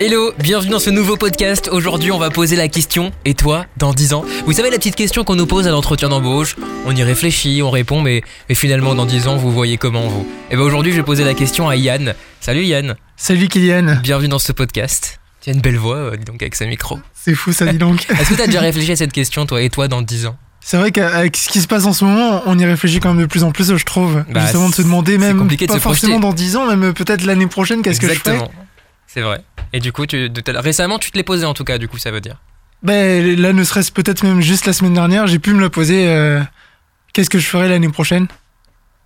Hello, bienvenue dans ce nouveau podcast. Aujourd'hui, on va poser la question Et toi, dans 10 ans Vous savez, la petite question qu'on nous pose à l'entretien d'embauche On y réfléchit, on répond, mais, mais finalement, dans 10 ans, vous voyez comment vous Et bien aujourd'hui, je vais poser la question à Yann. Salut Yann, Salut Kylian, bienvenue dans ce podcast. Tu as une belle voix, euh, dis donc, avec ce micro. c'est fou ça dit donc. Est-ce que tu as déjà réfléchi à cette question, toi, et toi, dans 10 ans C'est vrai qu'avec ce qui se passe en ce moment, on y réfléchit quand même de plus en plus, je trouve. Bah, Justement de se c'est demander même compliqué de pas se projeter. forcément dans 10 ans, même euh, peut-être l'année prochaine, qu'est-ce que je fais Exactement. C'est vrai. Et du coup, tu, de ta- récemment, tu te l'es posé en tout cas, du coup, ça veut dire. Ben là ne serait-ce peut-être même juste la semaine dernière, j'ai pu me la poser euh, qu'est-ce que je ferai l'année prochaine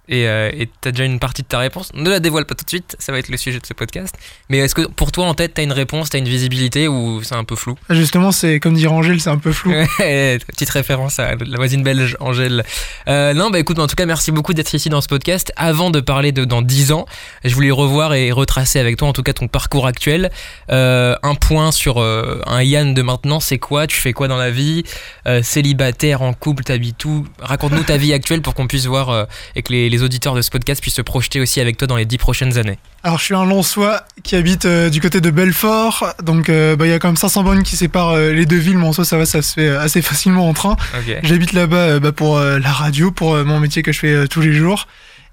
Et euh, et t'as déjà une partie de ta réponse. Ne la dévoile pas tout de suite, ça va être le sujet de ce podcast. Mais est-ce que pour toi en tête, t'as une réponse, t'as une visibilité ou c'est un peu flou Ah, Justement, c'est comme dit Rangel, c'est un peu flou. Ouais, Petite référence à la voisine belge, Angèle. Euh, non, bah écoute, en tout cas, merci beaucoup d'être ici dans ce podcast. Avant de parler de dans 10 ans, je voulais revoir et retracer avec toi, en tout cas, ton parcours actuel. Euh, un point sur euh, un Yann de maintenant, c'est quoi Tu fais quoi dans la vie Euh, Célibataire, en couple, t'habites où Raconte-nous ta vie actuelle pour qu'on puisse voir euh, et que les, les auditeurs de ce podcast puissent se projeter aussi avec toi dans les 10 prochaines années. Alors je suis un Lançois qui habite euh, du côté de Belfort, donc euh, ben, il y a quand même 500 bornes qui séparent euh, les deux villes, mais en soi ça va, ça se fait euh, assez facilement en train. Ok. J'habite là-bas euh, bah, pour euh, la radio, pour euh, mon métier que je fais euh, tous les jours.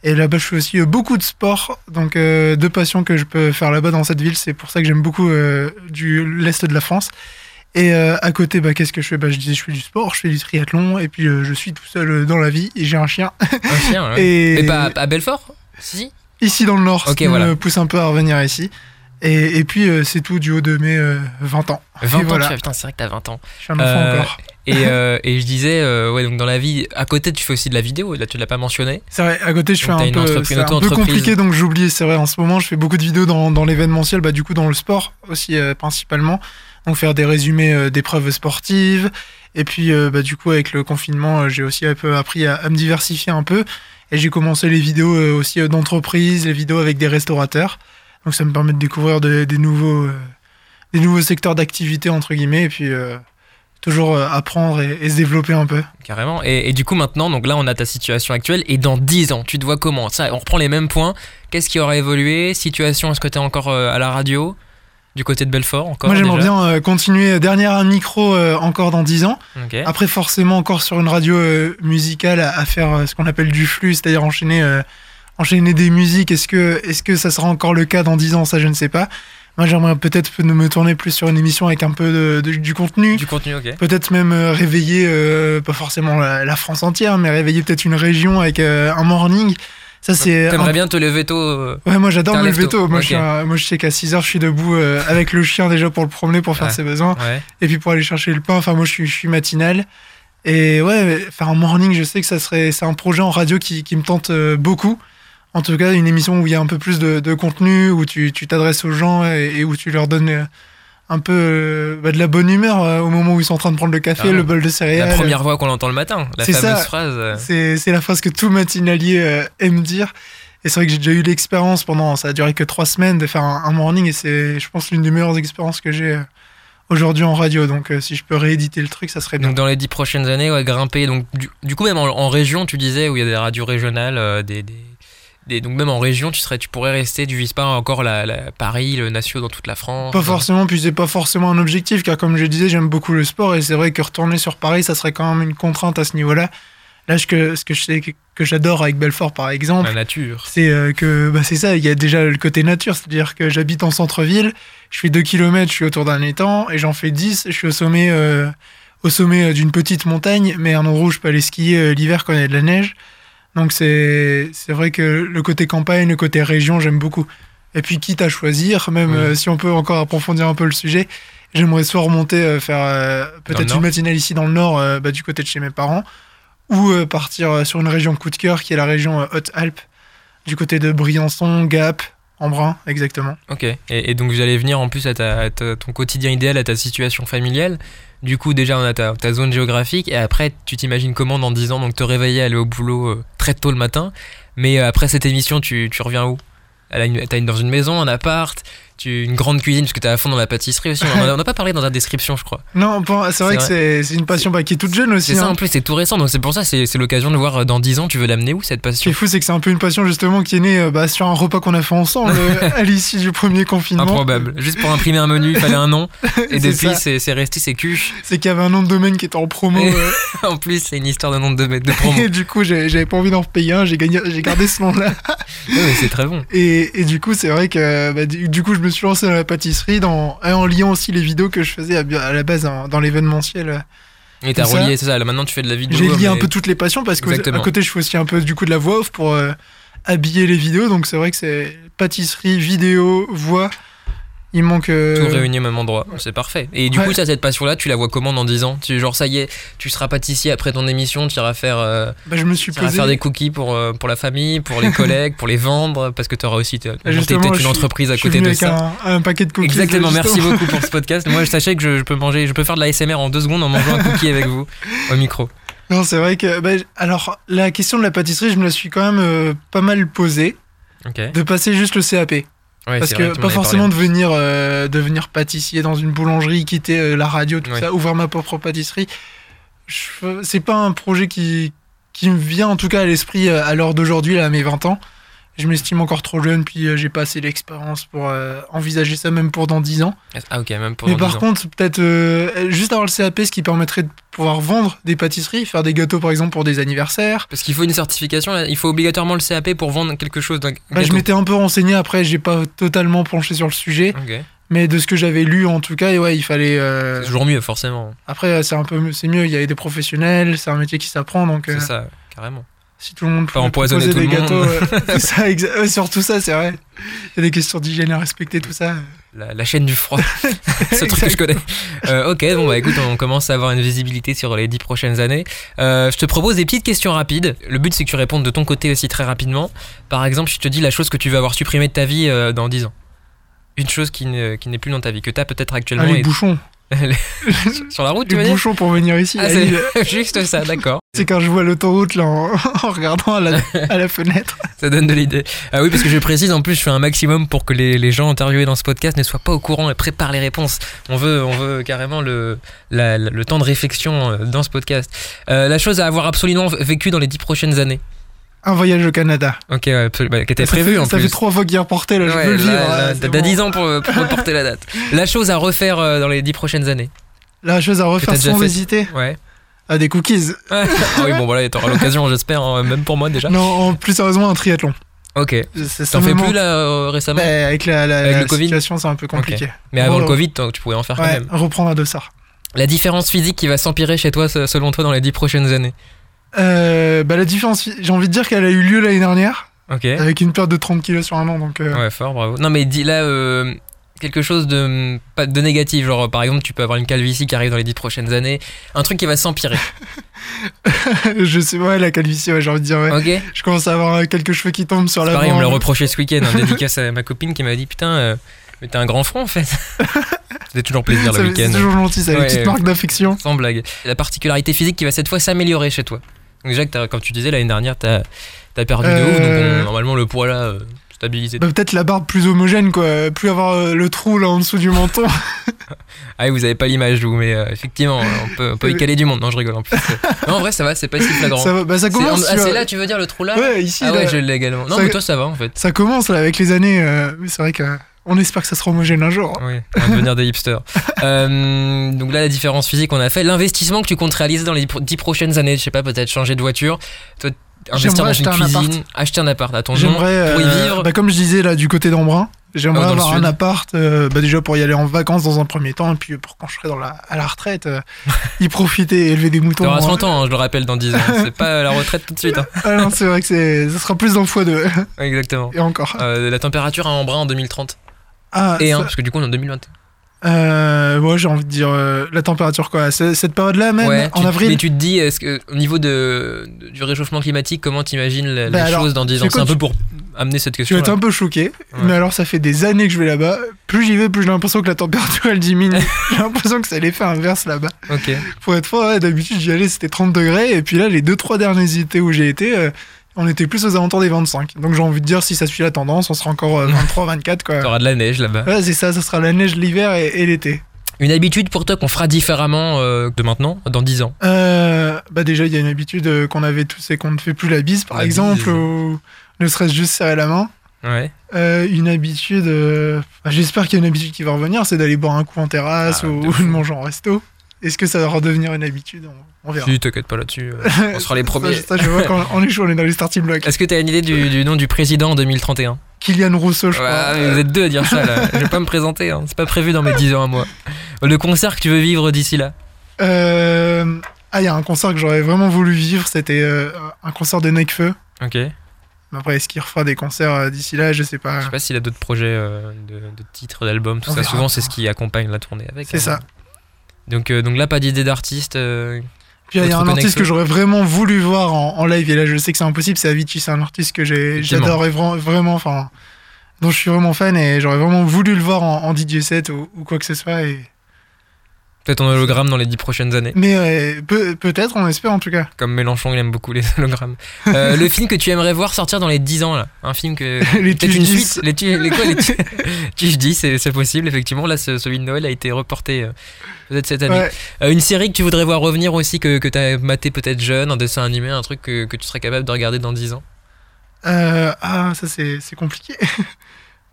Et là-bas, je fais aussi euh, beaucoup de sport, donc euh, deux passions que je peux faire là-bas dans cette ville. C'est pour ça que j'aime beaucoup euh, du l'est de la France. Et euh, à côté, bah, qu'est-ce que je fais bah, Je disais, je fais du sport, je fais du triathlon, et puis euh, je suis tout seul euh, dans la vie. Et j'ai un chien. Un chien, hein. Et Mais pas à- à Belfort Si ici dans le Nord, Ok, ce qui voilà. me pousse un peu à revenir ici. Et, et puis euh, c'est tout du haut de mes euh, 20 ans. 20 Et ans, voilà. tu as- putain, c'est vrai que t'as 20 ans. Je suis un enfant Euh, encore. Et, euh, et je disais, euh, ouais, donc dans la vie, à côté, tu fais aussi de la vidéo, là, tu l'as pas mentionné. C'est vrai, à côté, je fais Donc, t'as un une peu, entreprise, c'est une un peu auto-entreprise. compliqué, donc j'oublie. C'est vrai, en ce moment, je fais beaucoup de vidéos dans, dans l'événementiel, bah, du coup, dans le sport aussi, euh, principalement. Donc, faire des résumés euh, d'épreuves sportives. Et puis, euh, bah, du coup, avec le confinement, euh, j'ai aussi un peu appris à, à me diversifier un peu. Et j'ai commencé les vidéos euh, aussi euh, d'entreprise, les vidéos avec des restaurateurs. Donc, ça me permet de découvrir de- des, nouveaux, euh, des nouveaux secteurs d'activité, entre guillemets. Et puis, euh, toujours euh, apprendre et- et se développer un peu. Carrément. Et, et du coup, maintenant, donc là, on a ta situation actuelle. Et dans 10 ans, tu te vois comment Ça, on reprend les mêmes points. Qu'est-ce qui aura évolué Situation, est-ce que t'es encore euh, à la radio Du côté de Belfort, encore Moi, j'aimerais déjà bien euh, continuer dernière à micro euh, encore dans 10 ans. Ok. Après, forcément, encore sur une radio euh, musicale à, à faire euh, ce qu'on appelle du flux, c'est-à-dire enchaîner, euh, enchaîner des musiques. Est-ce que, est que ça sera encore le cas dans 10 ans Ça, je ne sais pas. Moi, j'aimerais peut-être me tourner plus sur une émission avec un peu de- de- du contenu. Du contenu, ok. Peut-être même euh, réveiller, euh, pas forcément la, la France entière, mais réveiller peut-être une région avec euh, un morning. Ça, c'est un Bah, T'aimerais bien te lever tôt euh, Ouais, moi j'adore T'es un me lever lève-tôt, tôt. Moi, ok. je, suis un- moi, je sais qu'à 6h, je suis debout euh, avec le chien déjà pour le promener, pour faire Ouais. ses besoins, Ouais. et puis pour aller chercher le pain. Enfin, moi, je suis, je suis matinal. Et ouais, faire un morning, je sais que ça serait, c'est un projet en radio qui, qui me tente euh, beaucoup. En tout cas, une émission où il y a un peu plus de, de contenu, où tu tu t'adresses aux gens et, et où tu leur donnes euh, un peu euh, bah, de la bonne humeur euh, au moment où ils sont en train de prendre le café, Ah, le bol de céréales. La première voix qu'on entend le matin. La C'est fameuse ça. phrase. euh, C'est, c'est la phrase que tout matinalier euh, aime dire. Et c'est vrai que j'ai déjà eu l'expérience pendant, ça a duré que trois semaines, de faire un, un morning. Et c'est, je pense, l'une des meilleures expériences que j'ai euh, aujourd'hui en radio. Donc euh, si je peux rééditer le truc, ça serait bien. Donc dans les dix prochaines années, ouais, grimper. Donc du, du coup même en, en région, tu disais où il y a des radios régionales, euh, des, des- des- donc même en région, tu serais, tu pourrais rester du Vispa encore la, la- Paris, le Natio dans toute la France. Pas forcément, puis c'est pas forcément un objectif, car comme je disais, j'aime beaucoup le sport. Et c'est vrai que retourner sur Paris, ça serait quand même une contrainte à ce niveau-là. Là, ce que, ce que je sais que, que j'adore avec Belfort, par exemple, La nature. c'est euh, que bah, c'est ça, il y a déjà le côté nature, c'est-à-dire que j'habite en centre-ville, je fais 2 km, je suis autour d'un étang, et j'en fais 10, je suis au sommet, euh, au sommet euh, d'une petite montagne, mais un endroit où je peux aller skier euh, l'hiver quand il y a de la neige. Donc c'est c'est vrai que le côté campagne, le côté région, j'aime beaucoup. Et puis quitte à choisir, même Oui. euh, si on peut encore approfondir un peu le sujet, j'aimerais soit remonter, euh, faire euh, peut-être Nord. une matinale ici dans le nord, euh, bah, du côté de chez mes parents, ou euh, partir euh, sur une région coup de cœur qui est la région euh, Haute-Alpes, du côté de Briançon, Gap, Embrun, exactement. Ok. Et, et donc vous allez venir en plus à, ta- à ta- ton quotidien idéal, à ta situation familiale. Du coup déjà on a ta, ta zone géographique et après tu t'imagines comment dans 10 ans donc te réveiller, aller au boulot euh, très tôt le matin. Mais euh, après cette émission, tu, tu reviens où Elle a une- T'as une dans une maison, un appart. tu, une grande cuisine, parce que t'es à fond dans la pâtisserie aussi. On n'a pas parlé dans ta description, je crois. Non, bon, c'est vrai C'est que vrai. c'est c'est une passion bah, qui est toute jeune aussi. C'est ça, hein. en plus, c'est tout récent, donc c'est pour ça, c'est c'est l'occasion de voir euh, dans 10 ans, tu veux l'amener où cette Ce qui passion est fou, c'est que c'est un peu une passion justement qui est née euh, bah, sur un repas qu'on a fait ensemble euh, à l'issue du premier confinement. Improbable. Juste pour imprimer un menu, il fallait un nom. Et C'est depuis, ça. c'est c'est resté, c'est cul. C'est qu'il y avait un nom de domaine qui était en promo. Et- euh, En plus, c'est une histoire de nom de, de promo. et du coup, j'ai- j'avais pas envie d'en repayer un, j'ai gagné- j'ai gardé ce nom-là. Ouais, mais c'est très bon. Et, et du coup, c'est vrai que bah, du, du coup, je me suis lancé dans la pâtisserie dans, et en liant aussi les vidéos que je faisais à, à la base hein, dans l'événementiel. Et t'as Comme ça. relié, c'est ça. Là, maintenant, tu fais de la vidéo. J'ai lié un mais- peu toutes les passions parce que Exactement. à côté, je fais aussi un peu du coup de la voix off pour euh, habiller les vidéos. Donc c'est vrai que c'est pâtisserie, vidéo, voix. Il manque. Tout euh, réuni au même endroit, c'est parfait. Et du Ouais. coup, ça, cette passion-là, tu la vois comment dans 10 ans tu, Genre, ça y est, tu seras pâtissier après ton émission, tu iras faire, euh, bah, je me suis tu iras posé. faire des cookies pour, euh, pour la famille, pour les collègues, pour les vendre, parce que tu auras aussi t'es- monté justement, peut-être une je suis- entreprise à Je suis côté venu de avec ça. Un, un paquet de cookies. Exactement, merci justement. beaucoup pour ce podcast. Moi, sachez que je, je peux manger, je peux faire de la SMR en deux secondes en mangeant un cookie avec vous au micro. Non, c'est vrai que. bah, alors, la question de la pâtisserie, je me la suis quand même euh, pas mal posée Ok. Ouais, de passer juste le CAP. Parce c'est vrai, que tu m'en pas avais forcément parlé. devenir, euh, devenir pâtissier dans une boulangerie, quitter euh, la radio, tout Ouais. ça, ouvrir ma propre pâtisserie. Je- C'est pas un projet qui, qui me vient en tout cas à l'esprit euh, à l'heure d'aujourd'hui, là, à mes 20 ans. Je m'estime encore trop jeune, puis euh, j'ai pas assez l'expérience pour euh, envisager ça, même pour dans 10 ans. Ah, ok, même pour. Mais par contre, peut-être euh, juste avoir le CAP, ce qui permettrait de pouvoir vendre des pâtisseries, faire des gâteaux par exemple pour des anniversaires. Parce qu'il faut une certification, là. il faut obligatoirement le CAP pour vendre quelque chose. d'un Bah, je gâteau. m'étais un peu renseigné après, j'ai pas totalement penché sur le sujet, Ok. mais de ce que j'avais lu en tout cas, et ouais, il fallait. euh, C'est toujours mieux, forcément. Après, c'est un peu, mieux- c'est mieux. Il y a des professionnels, c'est un métier qui s'apprend, donc euh, C'est ça, carrément. si tout le monde pouvait empoisonner tout proposer des le gâteaux, monde. euh, c'est ça, exa- ouais, surtout ça, c'est vrai. Il y a des questions d'hygiène à respecter, tout ça. La, la chaîne du froid, ce truc que je connais. Euh, ok, bon bah écoute, on commence à avoir une visibilité sur les dix prochaines années. Euh, je te propose des petites questions rapides. Le but c'est que tu répondes de ton côté aussi très rapidement. Par exemple, je te dis la chose que tu veux avoir supprimée de ta vie euh, dans 10 ans. Une chose qui ne- qui n'est plus dans ta vie, que tu as peut-être Ah, actuellement les et- bouchons, sur la route, tu veux les dire bouchons pour venir ici. Ah, à c'est Lille. juste ça, d'accord. C'est quand je vois l'autoroute là en, en regardant à la, à la fenêtre. Ça donne de l'idée. Ah oui, parce que je précise, en plus, je fais un maximum pour que les, les gens interviewés dans ce podcast ne soient pas au courant et préparent les réponses. On veut, on veut carrément le, la- la- le temps de réflexion euh, dans ce podcast. Euh, la chose à avoir absolument vécu dans les dix prochaines années. Un voyage au Canada. Ok, ouais, absolument. Bah, qui était Ça prévu fait- en ça plus. fait trois fois qu'il est reporté là. Ouais, je peux le là, vivre. là, là, T'as c'est bon. 10 ans pour, euh, pour reporter la date. La chose à refaire euh, dans les dix prochaines années. La chose à refaire t'as déjà sans fait. hésiter. Ouais. Ah, des cookies. ah oui, bon, voilà, t'auras l'occasion, j'espère, hein, même pour moi déjà. Non, en plus sérieusement, un triathlon. Ok. Ça- ça T'en me fais plus manque. là euh, récemment Bah, Avec la, la- Avec la le Covid situation, c'est un peu compliqué. Mais avant bon, le euh, Covid, donc, tu pouvais en faire quand Ouais, même. reprendre un dossard. La différence physique qui va s'empirer chez toi, se- selon toi, dans les dix prochaines années. Euh, bah, la différence, j'ai envie de dire qu'elle a eu lieu l'année dernière, Ok. avec une perte de 30 kilos sur un an. Donc, euh, Ouais, fort, bravo. Non, mais dis là euh, quelque chose de, pas de négatif. Genre, euh, par exemple, tu peux avoir une calvitie qui arrive dans les dix prochaines années. Un truc qui va s'empirer. je sais, ouais, la calvitie, ouais, j'ai envie de dire, ouais. Ok C'est Je commence à avoir euh, quelques cheveux qui tombent sur la pareil, on me l'a reproché ce week-end. hein, dédicace à ma copine qui m'a dit Putain, euh, mais t'as un grand front en fait. C'était toujours plaisir le C'est week-end. toujours gentil, ça, Ouais, une petite ouais. marque d'affection. Sans blague. La particularité physique qui va cette fois s'améliorer chez toi. Donc, déjà, que t'as- comme tu disais l'année dernière, t'as as perdu de ouf. Donc, Euh. on- normalement, le poids là, euh, stabilisé. Bah, peut-être la barbe plus homogène, quoi. Plus avoir euh, le trou là en dessous du menton. Ah oui, vous avez pas l'image, vous, mais euh, effectivement, on peut, on peut y caler du monde. Non, je rigole en plus. non, en vrai, ça va, c'est pas si flagrant. ça, va- bah, ça C'est- commence. ah, tu c'est vois. là, tu veux dire, le trou là Ouais, ici, Ah là. ouais, je l'ai également. Non, Ça- mais toi, ça va en fait. Ça commence là avec les années. euh, mais c'est vrai que. On espère que ça sera homogène un jour. Oui, on va devenir des hipsters. Euh, donc là, la différence physique qu'on a fait, l'investissement que tu comptes réaliser dans les pro- dix prochaines années, je sais pas, peut-être changer de voiture, toi, investir dans J'aimerais une acheter un cuisine, acheter un appart à ton nom. J'aimerais, pour y euh, vivre. bah, comme je disais là, du côté d'Embrun, Ah j'aimerais ouais, dans le avoir un sud. appart, euh, bah, déjà pour y aller en vacances dans un premier temps, et puis euh, pour quand je serai dans la, à la retraite, euh, y profiter et élever des moutons. T'auras 30 ans, hein, je le rappelle, dans 10 ans. C'est pas la retraite tout de suite. hein. Ah non, c'est vrai que c'est, ça sera plus d'un fois deux, Ouais, Exactement. et encore. Euh, la température à Embrun en 2030. Ah, Et ça- un, parce que du coup, on est en 2021. euh, ouais, j'ai envie de dire euh, la température, quoi. C'est- Cette période-là, même, Ouais, en tu- Mais avril. tu te dis, est-ce que, au niveau de, de- du réchauffement climatique, comment t'imagines la- Bah les alors, choses dans 10 c'est ans quoi, C'est un tu- peu pour amener cette Tu question. vas être un peu choqué, Ouais. mais alors ça fait des années que je vais là-bas. Plus j'y vais, plus j'ai l'impression que la température elle diminue. j'ai l'impression que ça l'effet inverse là-bas. Ok. Pour être franc, ouais, d'habitude j'y allais, c'était 30 degrés. Et puis là, les deux trois derniers étés où j'ai été, euh, on était plus aux alentours des 25. Donc j'ai envie de dire, si ça suit la tendance, on sera encore euh, 23, 24, quoi. T'auras de la neige là-bas. Ouais, c'est ça, ça sera la neige l'hiver et, et l'été. Une habitude pour toi qu'on fera différemment euh, de maintenant, dans 10 ans. Euh, bah déjà, il y a une habitude euh, qu'on avait tous, c'est qu'on ne fait plus la bise, par La exemple, bise. ou ne serait-ce juste serrer la main. Ouais. Euh, une habitude, euh, bah, j'espère qu'il y a une habitude qui va revenir, c'est d'aller boire un coup en terrasse Ah, ou, de ou fou. de manger en resto. Est-ce que ça va redevenir une habitude on, on verra. Tu t'inquiète pas là-dessus. euh, on sera les premiers. Ça, ça, je vois qu'on on est chaud, on est dans les starting blocks. Est-ce que t'as une idée du, du nom du président en 2031 Kylian Rousseau, je Ouais, crois. mais Vous êtes deux à dire ça là. Je vais pas me présenter, hein. c'est pas prévu dans mes 10 ans à moi. Le concert que tu veux vivre d'ici là Euh, ah, il y a un concert que j'aurais vraiment voulu vivre, c'était euh, un concert de Nekfeu. Ok. Je Mais après, est-ce qu'il refera des concerts euh, d'ici là Je sais pas. sais pas s'il a d'autres projets euh, de, de titres, d'albums, tout On ça. verra. Souvent, c'est ce qui accompagne la tournée avec. hein. C'est ça. Donc, euh, donc là, pas d'idée d'artiste. euh, Puis il y a Autre un artiste Nekfeu. que j'aurais vraiment voulu voir en, en live, et là je sais que c'est impossible, c'est Avicii, c'est un artiste que j'ai- Effectivement. j'adorais vra- vraiment, enfin, dont je suis vraiment fan, et j'aurais vraiment voulu le voir en, en DJ set ou, ou quoi que ce soit. Et... Peut-être en hologramme dans les 10 prochaines années. Mais euh, peut- peut-être, on espère en tout cas. Comme Mélenchon, il aime beaucoup les hologrammes. Euh, le film que tu aimerais voir sortir dans les 10 ans, là. Un film que. Les Peut-être une Tunis. suite. Les tu, les quoi Les tu, Tuches 10, c'est c'est possible, effectivement. Là, ce- celui de Noël a été reporté euh, peut-être cette année. Ouais. Euh, une série que tu voudrais voir revenir aussi, que, que tu as maté peut-être jeune, un dessin animé, un truc que, que tu serais capable de regarder dans 10 ans. Euh, ah, ça c'est c'est compliqué.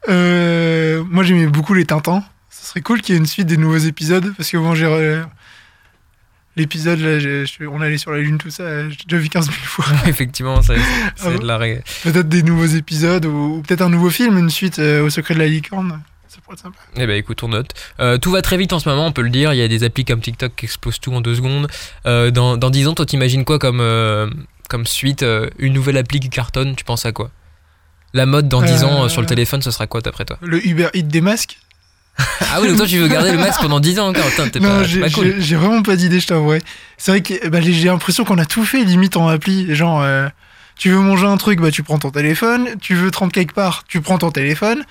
Euh, moi j'aimais beaucoup les Tintans. Ce serait cool qu'il y ait une suite des nouveaux épisodes parce que bon, j'ai. re- L'épisode, là, j'ai- je- on allait sur la Lune, tout ça, j'ai déjà vu 15 000 fois. effectivement, c'est c'est Ah bon de la ré- Peut-être des nouveaux épisodes ou, ou peut-être un nouveau film, une suite euh, au secret de la licorne. Ça pourrait être sympa. Eh ben écoute, on note. Euh, tout va très vite en ce moment, on peut le dire. Il y a des applis comme TikTok qui explosent tout en deux secondes. Euh, dans, dans 10 ans, toi, t'imagines quoi comme, euh, comme suite euh, Une nouvelle appli qui cartonne, tu penses à quoi La mode dans 10 ans Euh. euh, sur le téléphone, ce sera quoi d'après toi Le Uber Eats des masques Ah oui, donc toi, tu veux garder le masque pendant 10 ans encore Putain, t'es Non, pas, t'es j'ai pas cool. j'ai- j'ai vraiment pas d'idée, je t'avoue. C'est vrai que bah, j'ai j'ai l'impression qu'on a tout fait limite en appli. Genre, euh, tu veux manger un truc, bah tu prends ton téléphone. Tu veux te rendre quelque part, tu prends ton téléphone.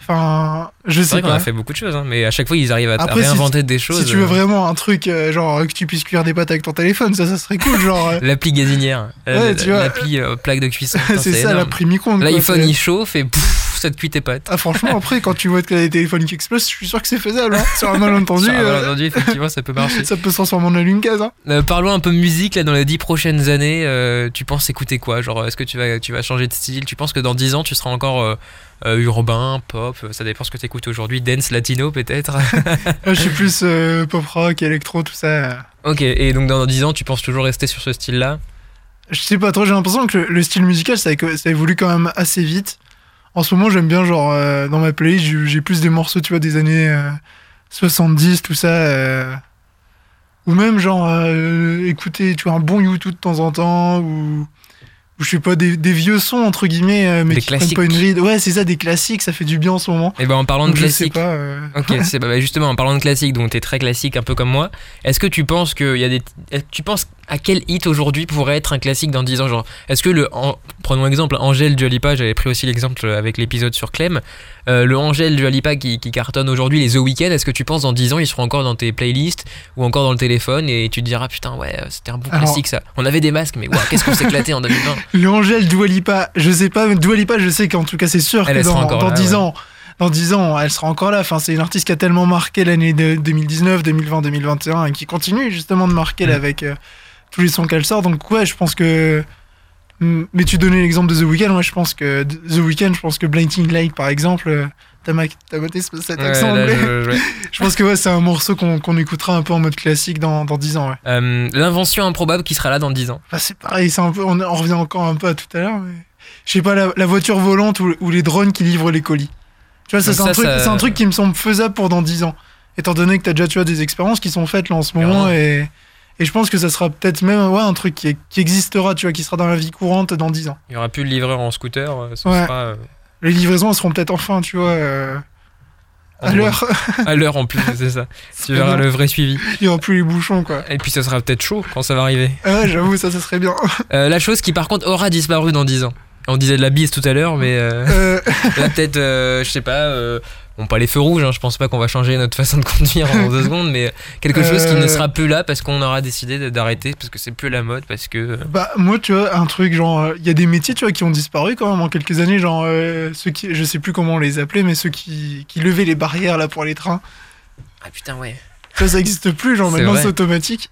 Enfin, je C'est sais vrai qu'on pas. a fait beaucoup de choses, hein, mais à chaque fois, ils arrivent à, à Après, si réinventer des choses. Si tu veux euh, vraiment un truc, euh, genre que tu puisses cuire des pâtes avec ton téléphone, ça, ça serait cool. Genre, euh, L'appli gazinière, euh, Ouais, tu vois. l'appli euh, plaque de cuisson. putain, c'est ça énorme. l'appli micro-ondes. quoi. L'iPhone, C'est- il chauffe et pouf, ça te cuit tes pâtes. Ah, franchement, après, quand tu vois que t'as des téléphones qui explosent, je suis sûr que c'est faisable. hein. Sur un malentendu, Ça, euh, aujourd'hui, Ah, effectivement, ça peut marcher. ça peut se transformer en une case. Hein. Euh, parlons un peu musique là dans les dix prochaines années. euh, tu penses écouter quoi Genre est-ce que tu vas tu vas changer de style Tu penses que dans 10 ans tu seras encore euh, euh, urbain, pop euh, Ça dépend ce que tu écoutes aujourd'hui. Dance latino peut-être. Là, je suis plus euh, pop rock, électro, tout ça. euh. ok. Et donc dans 10 ans tu penses toujours rester sur ce style là Je sais pas trop, j'ai l'impression que le, le style musical ça, éco- ça évolue quand même assez vite. En ce moment, j'aime bien, genre, euh, dans ma playlist, j'ai j'ai plus des morceaux, tu vois, des années euh, 70, tout ça. euh, ou même, genre, euh, écouter, tu vois, un bon YouTube de temps en temps, ou, ou je sais pas, des, des vieux sons, entre guillemets, euh, mais Des qui prennent pas une classiques. ride. Ouais, c'est ça, des classiques, ça fait du bien en ce moment. Et ben en parlant de Donc, je sais classique. pas. euh, Ok. C'est bah, bah, justement en parlant de classique donc t'es très classique un peu comme moi. Est-ce que tu penses que il y a des est-ce que tu penses à quel hit aujourd'hui pourrait être un classique dans 10 ans Genre est-ce que le en- prenons exemple Angèle Dualipa j'avais pris aussi l'exemple euh, avec l'épisode sur Clem Euh, le Angèle Dualipa qui, qui cartonne aujourd'hui les The Weeknd est-ce que tu penses dans 10 ans ils seront encore dans tes playlists ou encore dans le téléphone et tu te diras putain ouais euh, c'était un bon Alors- classique ça on avait des masques mais ouah, qu'est-ce qu'on s'éclatait en 2020 L'Angèle Doualipa, je sais pas, mais Doualipa, je sais qu'en tout cas, c'est sûr Elle, que elle sera dans, encore dans là, 10 ouais. ans, dans 10 ans, elle sera encore là. Enfin, c'est une artiste qui a tellement marqué l'année de- 2019, 2020, 2021 et qui continue justement de marquer là, Mm. avec euh, tous les sons qu'elle sort. Donc, ouais, je pense que. Mm, Mais tu donnais l'exemple de The Weeknd, moi je pense que de- The Weeknd, je pense que Blinding Light par exemple, euh, t'as ma- t'as noté ce- cet Ouais, accent là, anglais. je- je- ouais. Je pense que ouais, c'est un morceau qu'on qu'on écoutera un peu en mode classique dans, dans 10 ans. Ouais. Euh, l'invention improbable qui sera là dans 10 ans Bah, c'est pareil, c'est un peu, on, on revient encore un peu à tout à l'heure, mais je sais pas, la, la voiture volante ou, ou les drones qui livrent les colis. Tu vois, ça, Donc c'est ça, un, truc- ça- c'est un truc qui me semble faisable pour dans 10 ans, étant donné que tu as déjà tu vois, des expériences qui sont faites là en ce moment, Clairement. et, et je pense que ça sera peut-être même ouais, un truc qui, est- qui existera, tu vois, qui sera dans la vie courante dans 10 ans. il y aura plus de livreur en scooter euh, ce Ouais. sera euh, Les livraisons, elles seront peut-être enfin, tu vois, euh, à en- l'heure. à l'heure en plus c'est ça tu verras le vrai suivi. Il y aura plus les bouchons, quoi. Et puis ça sera peut-être chaud quand ça va arriver. Ah ouais, j'avoue, ça, ça serait bien. Euh, la chose qui par contre aura disparu dans 10 ans. On disait de la bise tout à l'heure, mais euh, Euh, là peut-être, euh, je sais pas, euh, bon, pas les feux rouges, hein, je pense pas qu'on va changer notre façon de conduire en deux secondes, mais quelque chose qui ne sera plus là parce qu'on aura décidé de- d'arrêter, parce que c'est plus la mode, parce que. euh, Bah, moi, tu vois, un truc, genre, il y a des métiers, tu vois, qui ont disparu quand même en quelques années, genre, euh, ceux qui, je sais plus comment on les appelait, mais ceux qui, qui levaient les barrières, là, pour les trains. Ah putain, ouais. Tu vois, ça existe plus, genre, C'est maintenant, vrai. c'est automatique.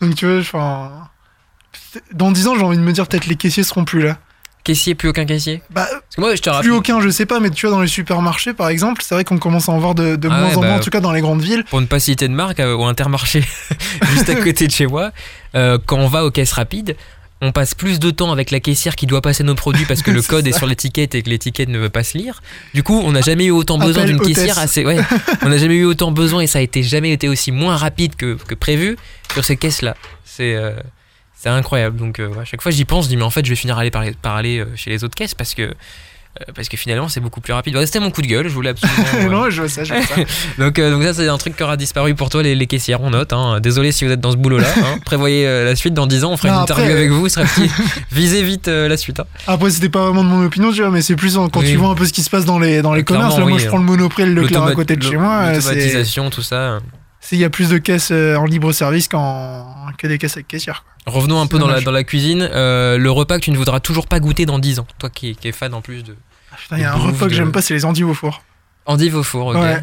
Donc, tu vois, enfin. Dans 10 ans, j'ai envie de me dire, peut-être les caissiers seront plus là. Caissier, plus aucun caissier Bah, Parce que moi, je te plus rappelle. aucun, je sais pas, mais tu vois, dans les supermarchés, par exemple, c'est vrai qu'on commence à en voir de, de Ah moins ouais, en moins, bah, en tout cas dans les grandes villes. Pour ne pas citer de marque, euh, au Intermarché, juste à côté de chez moi, euh, quand on va aux caisses rapides, on passe plus de temps avec la caissière qui doit passer nos produits parce que le C'est code est ça. sur l'étiquette et que l'étiquette ne veut pas se lire. Du coup, on n'a jamais eu autant Appel besoin d'une hôtesse. caissière assez. Ouais, on n'a jamais eu autant besoin et ça a été jamais été aussi moins rapide que, que prévu sur ces caisses-là. C'est euh, c'est incroyable. Donc, euh, ouais, à chaque fois, j'y pense, je dis, mais en fait, je vais finir aller par, par aller euh, chez les autres caisses parce que. euh, Parce que finalement, c'est beaucoup plus rapide. Voilà, C'était mon coup de gueule, je voulais absolument. euh, non, je vois ça, je vois ça. donc, euh, donc ça, c'est un truc qui aura disparu pour toi, les, les caissières. On note. hein. Désolé si vous êtes dans ce boulot-là. hein. Prévoyez euh, la suite dans 10 ans. On fera Non, une après, interview euh, avec vous. Ce sera petit. Visez vite euh, la suite. hein. Après, c'était pas vraiment de mon opinion, tu vois, mais c'est plus en- quand Oui. Bah, tu vois un peu ce qui se passe dans les, dans les Clairement, commerces. Là, moi, oui. je prends le monoprix, le Leclerc à L'automa- côté de chez l'au- moi. euh, c'est- L'automatisation, tout ça. c'est- Il y a plus de caisses euh, en libre service qu'en que des caisses avec caissière. quoi. Revenons un peu C'est dans la, dommage. dans la cuisine. Euh, le repas que tu ne voudras toujours pas goûter dans 10 ans. Toi qui, qui es fan en plus de Ah, putain, il y a un Bouffe repas de- que j'aime pas, c'est les endives au four. endive au four. ok. Ouais.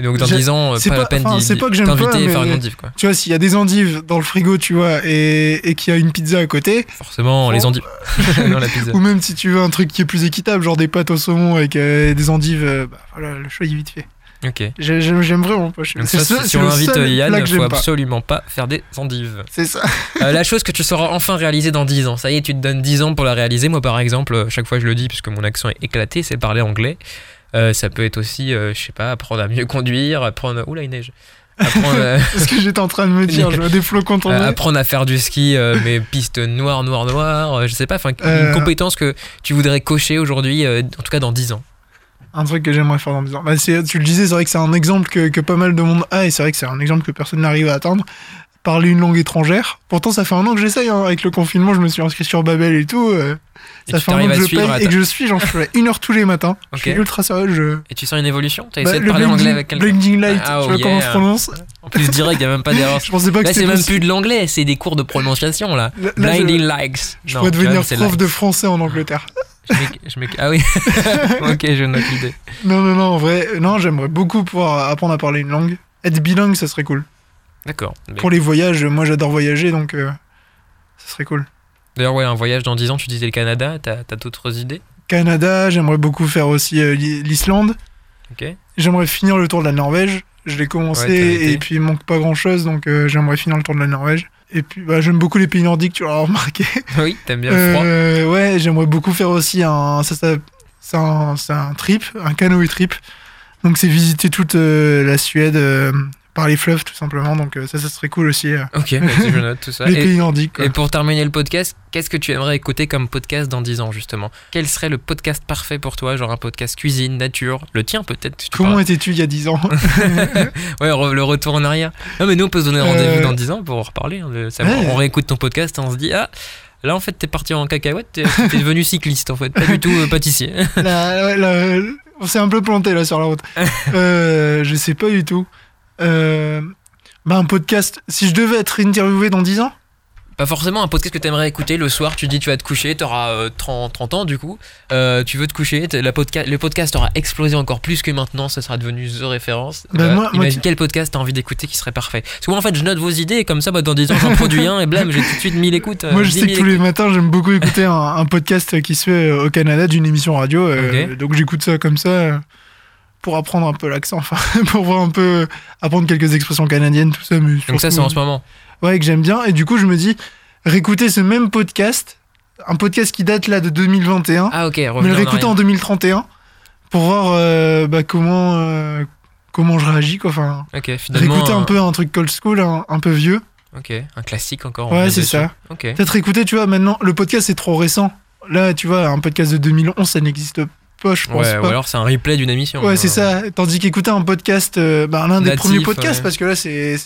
Et donc dans J'ai- 10 ans, euh, c'est pas, la pas- peine enfin, d'y- c'est d'y- pas que j'aime pas, t'inviter et mais- faire une endive. Quoi. Tu vois, s'il y a des endives dans le frigo, tu vois, et, et qu'il y a une pizza à côté, Forcément, les endives. dans la pizza. ou même si tu veux un truc qui est plus équitable, genre des pâtes au saumon avec euh, des endives, euh, bah, voilà, le choix il est vite fait. Ok. J'ai- J'aime j'aime vraiment pas. je- Donc ça, c'est le seul- si- si c'est on le invite seul euh, Yann, plat que il faut j'aime pas. absolument pas faire des endives. C'est ça. Euh, la chose que tu sauras enfin réaliser dans 10 ans. Ça y est, tu te donnes 10 ans pour la réaliser. Moi, par exemple, euh, chaque fois je le dis, puisque mon accent est éclaté, c'est parler anglais. Euh, ça peut être aussi, euh, je sais pas, apprendre à mieux conduire, apprendre. Oula, il neige. Apprendre, euh, C'est ce que j'étais en train de me dire. Je vois des flocons tomber. euh, apprendre à faire du ski, euh, mais piste noire, noire, noire. euh, je sais pas, enfin, une Euh. compétence que tu voudrais cocher aujourd'hui, euh, en tout cas dans 10 ans. Un truc que j'aimerais faire dans 10 ans. Bah, c'est- tu le disais, c'est vrai que c'est un exemple que, que pas mal de monde a et c'est vrai que c'est un exemple que personne n'arrive à atteindre. Parler une langue étrangère. Pourtant, ça fait un an que j'essaye. hein. Avec le confinement, je me suis inscrit sur Babel et tout. euh, Et ça tu fait un an t'arrives que à je suivre, peine à et ta- que je suis. J'en fais une heure tous les matins. Je suis Ok. ultra sérieux. Je... Et tu sens une évolution T'as Bah, essayé de le parler anglais blending- avec quelqu'un blending light, Ah, tu oh vois comment on yeah. se prononce En plus, direct, y a même pas d'erreur. Je pensais pas Bah, que Là, c'est c'était même possible. plus de l'anglais, c'est des cours de prononciation là. Là, là, Blinding je, likes. je Non, pourrais tu vois, devenir c'est prof likes. de français en Angleterre. Je m'éc- je m'éc- ah oui, ok, je note l'idée. Non, non, non, en vrai, euh, non, j'aimerais beaucoup pouvoir apprendre à parler une langue. Être bilingue, ça serait cool. D'accord. Mais- Pour les voyages, moi j'adore voyager, donc euh, ça serait cool. D'ailleurs, ouais, un voyage dans 10 ans, tu disais le Canada, t'as t'as d'autres idées Canada, j'aimerais beaucoup faire aussi euh, l'I- l'Islande. Ok. J'aimerais finir le tour de la Norvège. Je l'ai commencé Ouais, t'as été. et puis il manque pas grand chose, donc euh, j'aimerais finir le tour de la Norvège. Et puis bah, j'aime beaucoup les pays nordiques, tu l'auras remarqué. Oui, t'aimes bien le froid. Euh, ouais, j'aimerais beaucoup faire aussi un. Ça, ça- c'est un, c'est un trip, un canoë trip. Donc c'est visiter toute euh, la Suède euh, par les fleuves tout simplement. Donc euh, ça, ça serait cool aussi. euh, Ok, vas-y, je note tout ça. les Et, pays nordiques. quoi. et pour terminer le podcast, qu'est-ce que tu aimerais écouter comme podcast dans 10 ans, justement Quel serait le podcast parfait pour toi Genre un podcast cuisine, nature, le tien peut-être tu te Comment parles. étais-tu il y a 10 ans Ouais, re- le retour en arrière. Non, mais nous, on peut se donner rendez-vous Euh. dans 10 ans pour en reparler. hein, de savoir- Ouais. On réécoute ton podcast et on se dit Ah, là, en fait, t'es parti en cacahuète, t'es t'es devenu cycliste, en fait, pas du tout euh, pâtissier. La- ouais, la- On s'est un peu planté là sur la route. Euh, je sais pas du tout. Euh, Bah, un podcast. Si je devais être interviewé dans 10 ans, Pas forcément un podcast que t'aimerais écouter le soir, tu dis tu vas te coucher, t'auras euh, 30, 30 ans du coup, Euh, tu veux te coucher, t'as- la podca- le podcast aura explosé encore plus que maintenant, ça sera devenu The Référence. Bah, moi- moi, imagine tu- quel podcast t'as envie d'écouter qui serait parfait. Parce que moi en fait je note vos idées et comme ça bah, dans 10 ans j'en produis un et blâme, j'ai tout de suite 1000 écoutes. euh, moi je 10 sais que 000 tous les matins j'aime beaucoup écouter un, un podcast qui se fait euh, au Canada d'une émission radio. euh, Ok. Donc j'écoute ça comme ça euh, pour apprendre un peu l'accent, enfin pour voir un peu euh, apprendre quelques expressions canadiennes, tout ça. Mais écoutes. Donc ça c'est surtout- en ce moment. ouais, que j'aime bien. Et du coup je me dis, réécouter ce même podcast, un podcast qui date là de 2021. Ah ok, mais le revenons en réécouter en arrière. 2031 pour voir euh, bah, comment euh, comment je réagis quoi. Enfin, Ok, finalement. euh, réécouter un peu un truc old school, un, un peu vieux. Ok, un classique encore. on ouais, revient c'est dessus. ça. Ok. Peut-être réécouter, tu vois, maintenant le podcast c'est trop récent. Là, tu vois, un podcast de 2011, ça n'existe pas, je pense Ouais, ou pas. alors c'est un replay d'une émission. euh, Ouais, c'est ça. Tandis qu'écouter un podcast, euh, bah, l'un des Natif, premiers podcasts, ouais. parce que là c'est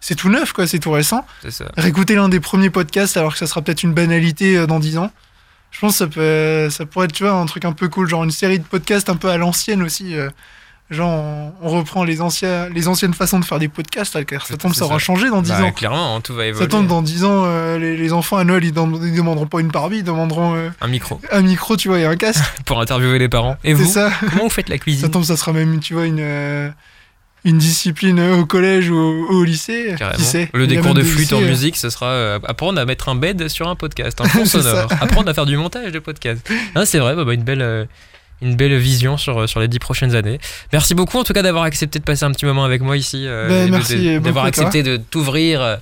c'est tout neuf quoi, c'est tout récent. C'est ça. Réécouter l'un des premiers podcasts alors que ça sera peut-être une banalité euh, dans 10 ans. Je pense que ça, peut, ça pourrait être tu vois, un truc un peu cool, genre une série de podcasts un peu à l'ancienne aussi, euh, genre on, on reprend les, anciens, les anciennes façons de faire des podcasts, car ça C'est- tombe, c'est ça aura ça. changé dans 10 Bah, ans. clairement, hein, tout va évoluer. Ça tombe dans 10 ans, euh, les, les enfants à Noël, ils, dem- ils demanderont pas une Barbie, ils demanderont euh, Un micro un micro, tu vois, et un casque. pour interviewer les parents. Et C'est vous, ça. comment vous faites la Ça cuisine tombe, ça sera même, tu vois, une, euh, une discipline euh, au collège ou au, au lycée. euh, Carrément. Qui sait Le Il y a décours même de des flûte en lycées, euh, musique, ce sera euh, apprendre à mettre un bed sur un podcast, un fond C'est sonore, apprendre à faire du montage de podcast. Hein, c'est vrai, bah, bah, une belle. euh, Une belle vision sur, euh, sur les dix prochaines années. Merci beaucoup en tout cas d'avoir accepté de passer un petit moment avec moi ici. euh, Ben, et de- merci de- beaucoup D'avoir à toi. accepté de t'ouvrir euh,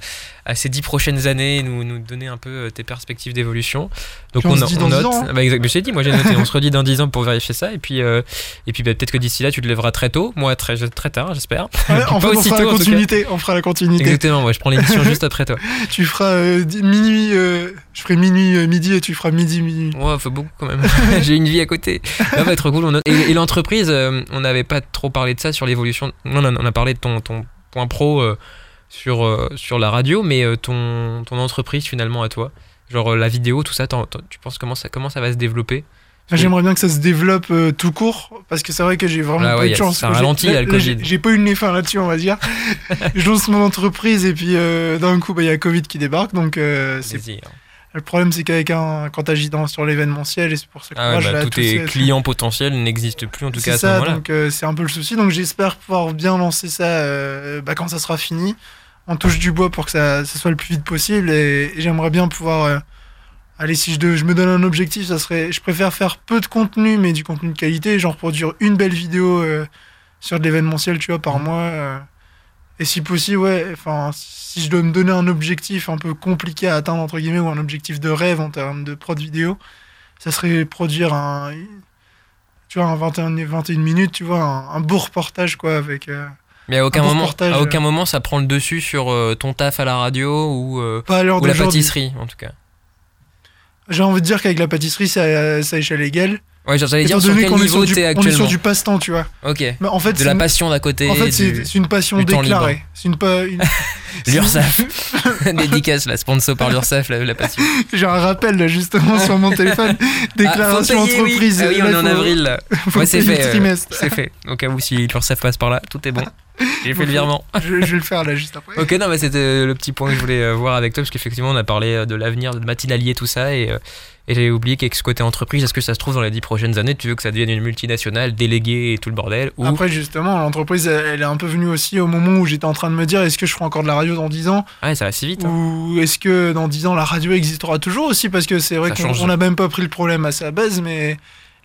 à ces dix prochaines années et nous, nous donner un peu euh, tes perspectives d'évolution. Donc Puis on se dit dans dix note. ans, hein. Bah, exact, mais je t'ai dit, moi j'ai noté. on se redit dans 10 ans pour vérifier ça. Et puis, euh, et puis bah, peut-être que d'ici là tu te lèveras très tôt, moi très, très tard, j'espère. ouais, Puis Ah, on, pas fera- on fera aussitôt, la en tout cas. continuité. On fera la continuité. Exactement, ouais, je prends l'émission juste après toi. Tu feras euh, di- minuit, euh, je ferai minuit, euh, midi et tu feras midi, minuit. Ouais, faut beaucoup quand même. J'ai une vie à côté. Ça va être cool. on a- Et, et l'entreprise, euh, on n'avait pas trop parlé de ça sur l'évolution. Non, non, on a parlé de ton, ton point pro euh, sur, euh, sur la radio, mais euh, ton, ton entreprise finalement à toi. Genre euh, la vidéo, tout ça, t'en- t'en- tu penses comment ça, comment ça va se développer Moi, J'aimerais bien que ça se développe euh, tout court parce que c'est vrai que j'ai vraiment Ah pas ouais, eu y de a- chance. ça J'ai- ralentit, là- là, le là, j'ai- Covid. J'ai pas eu le nez fin là-dessus, on va dire. je lance mon entreprise et puis euh, d'un coup, bah, il y a Covid qui débarque. Donc, euh, c'est- Vas-y. le problème, c'est qu'avec un, quand t'agis dans sur l'événementiel, et c'est pour ça que Ah ouais, moi, bah, je la- tous tout tes ça- clients potentiels n'existent plus en tout cas à C'est ce ça, moment-là. donc euh, c'est un peu le souci. Donc j'espère pouvoir bien lancer ça euh, bah, quand ça sera fini. On touche du bois pour que ça, ça soit le plus vite possible et, et j'aimerais bien pouvoir. euh, allez, si je, dev- je me donne un objectif, ça serait. Je préfère faire peu de contenu, mais du contenu de qualité, genre produire une belle vidéo euh, sur de l'événementiel, tu vois, par Mm. mois. euh. et si possible, ouais, enfin, si je dois me donner un objectif un peu compliqué à atteindre, entre guillemets, ou un objectif de rêve en termes de prod vidéo, ça serait produire un, tu vois, un 21, 21 minutes, tu vois, un, un beau reportage, quoi, avec... euh, Mais à aucun, Un euh. beau moment, reportage. à aucun moment ça prend le dessus sur euh, ton taf à la radio ou, euh, pas à l'heure ou la d'aujourd'hui. pâtisserie en tout cas. J'ai envie de dire qu'avec la pâtisserie, c'est à, c'est à échelle égale. Ouais, j'allais Étant dire sur donné quel qu'on est niveau sur du- t'es On est actuellement. sur du passe-temps, tu vois. Ok. Mais en fait, de c'est la une, passion d'un côté. en fait, du- c'est- c'est une passion du temps déclarée. C'est une pas... Une... c'est- L'URSSAF. Dédicace, la sponsor par l'URSSAF, la, la passion. J'ai un rappel, là, justement, sur mon téléphone. Déclaration euh, Ah, faut payer, oui. entreprise. Ah oui, on Là, est en faut- avril. là. faut Ouais, c'est payer le fait, euh, trimestre. C'est fait. Au cas où si l'URSSAF passe par là, tout est bon. J'ai fait le virement. Je, je vais le faire, là, juste après. Ok, non, mais c'était le petit point que je voulais euh, voir avec toi, parce qu'effectivement, on a parlé euh, de l'avenir, de matinalier, tout ça, et, euh, et j'ai oublié que ce côté entreprise, est-ce que ça se trouve dans les dix prochaines années, tu veux que ça devienne une multinationale, déléguée et tout le bordel, ou Après, justement, l'entreprise, elle, elle est un peu venue aussi au moment où j'étais en train de me dire est-ce que je ferai encore de la radio dans 10 ans ah, ça va si vite. hein. Ou est-ce que dans 10 ans la radio existera toujours aussi Parce que c'est vrai Ça qu'on change. on n'a même pas pris le problème à sa base, mais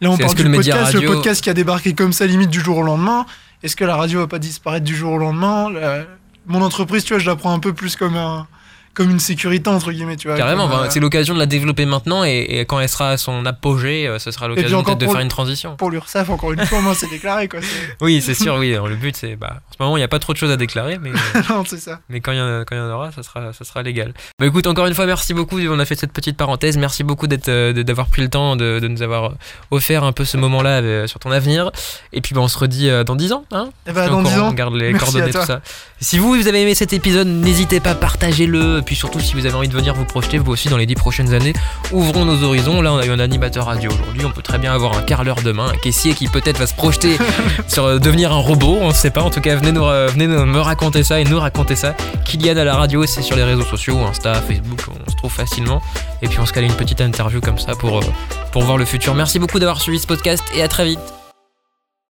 là on C'est- est-ce parle que du le média podcast, radio- le podcast qui a débarqué comme ça limite du jour au lendemain. Est-ce que la radio va pas disparaître du jour au lendemain La- Mon entreprise, tu vois, je la prends un peu plus comme un comme une sécurité entre guillemets, tu vois. Carrément, comme, enfin, euh, c'est l'occasion de la développer maintenant, et, et quand elle sera à son apogée, euh, ce sera l'occasion encore peut-être de pour faire le- une transition. pour l'URSSAF encore une fois, moi c'est déclaré quoi. c'est- Oui, c'est sûr, oui. Le but, c'est. Bah, en ce moment, il n'y a pas trop de choses à déclarer, mais, non, c'est ça. mais quand il y, en a- quand il y en aura, ça sera, ça sera légal. Bah, écoute, encore une fois, merci beaucoup. On a fait cette petite parenthèse. Merci beaucoup d'être, euh, de- d'avoir pris le temps de, de nous avoir offert un peu ce moment-là euh, sur ton avenir. Et puis, bah, on se redit euh, dans 10 ans. Hein Et bah Et dans encore, 10 On ans, garde les Merci coordonnées, à toi. tout ça. Si vous, vous avez aimé cet épisode, n'hésitez pas, partagez-le. Et puis surtout, si vous avez envie de venir vous projeter, vous aussi, dans les 10 prochaines années, ouvrons nos horizons. Là, on a eu un animateur radio aujourd'hui. On peut très bien avoir un carleur demain, un caissier qui peut-être va se projeter sur euh, devenir un robot. On ne sait pas. En tout cas, venez, nous, ra- venez nous- me raconter ça et nous raconter ça. Kylian à la radio, c'est sur les réseaux sociaux, Insta, Facebook, on se trouve facilement. Et puis, on se cale une petite interview comme ça pour, euh, pour voir le futur. Merci beaucoup d'avoir suivi ce podcast et à très vite.